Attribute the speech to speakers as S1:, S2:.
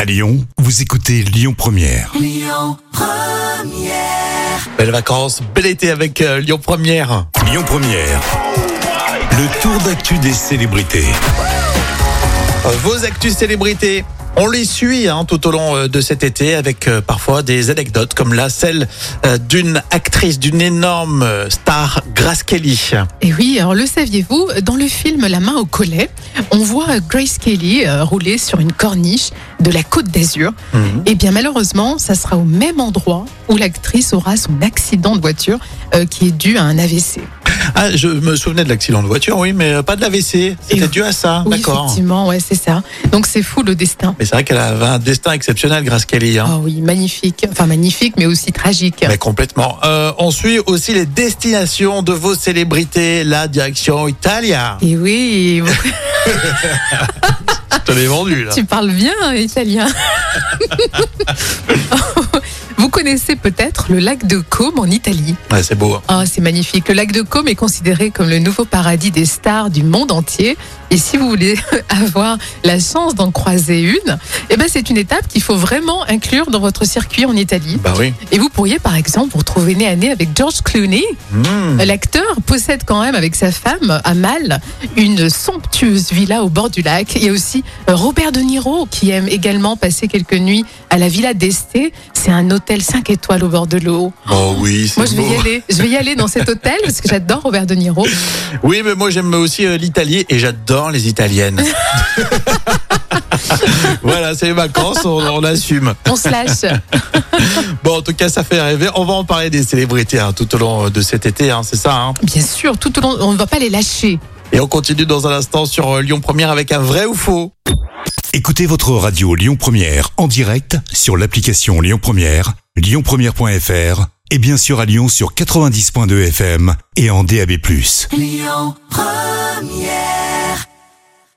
S1: À Lyon, vous écoutez Lyon Première.
S2: Belles vacances, bel été avec euh, Lyon Première.
S1: Lyon Première. Le tour d'actu des célébrités.
S2: Euh, Vos actus célébrités. On les suit hein, tout au long euh, de cet été avec euh, parfois des anecdotes comme là celle euh, d'une actrice, d'une énorme euh, star, Grace Kelly.
S3: Et Eh oui, alors le saviez-vous, dans le film La main au collet, on voit Grace Kelly euh, rouler sur une corniche de la côte d'Azur.
S2: Mhm.
S3: Et bien malheureusement, ça sera au même endroit où l'actrice aura son accident de voiture euh, qui est dû à un AVC.
S2: Ah, je me souvenais de l'accident de voiture, oui, mais euh, pas de l'AVC. C'était
S3: Et-
S2: dû à ça,
S3: Oui,
S2: d'accord.
S3: effectivement, ouais, c'est ça. Donc c'est fou le destin.
S2: Mais c'est vrai qu'elle avait un destin exceptionnel, Grace Kelly. Hein.
S3: Ah oui, magnifique. Enfin magnifique, mais aussi tragique.
S2: Mais complètement. Euh, on suit aussi les destinations de vos célébrités, la direction Italia.
S3: Et oui,
S2: Je te l'ai vendu là.
S3: Ah, Tu parles bien hein, italien. Vous connaissez peut-être le lac de Côme en Italie.
S2: Ouais, c'est beau. hein.
S3: Ah, c'est magnifique. Le lac de Côme est considéré comme le nouveau paradis des stars du monde entier. Et si vous voulez avoir la chance d'en croiser une, eh ben c'est une étape qu'il faut vraiment inclure dans votre circuit en Italie.
S2: Bah oui.
S3: Et vous pourriez par exemple vous retrouver nez à nez avec George Clooney.
S2: Mmh.
S3: L'acteur possède quand même avec sa femme à Malte une somptueuse villa au bord du lac. Il y a aussi Robert De Niro qui aime également passer quelques nuits à la Villa d'Este. C'est un hôtel 5 étoiles au bord de l'eau.
S2: Oh oui, c'est
S3: Moi, je vais
S2: beau.
S3: y aller. Je vais y aller dans cet hôtel parce que j'adore Robert De Niro.
S2: Oui, mais moi j'aime aussi euh, l'Italie et j'adore les Italiennes. voilà, c'est les vacances, on, on assume.
S3: On se lâche.
S2: Bon, en tout cas, ça fait rêver. On va en parler des célébrités hein, tout au long euh, de cet été, hein, c'est ça. hein.
S3: Bien sûr, tout au long, on ne va pas les lâcher.
S2: Et on continue dans un instant sur euh, Lyon Première avec un vrai ou faux.
S1: Écoutez votre radio Lyon Première en direct sur l'application Lyon Première, lyonpremière.fr et bien sûr à Lyon sur 90.2 FM et en DAB+.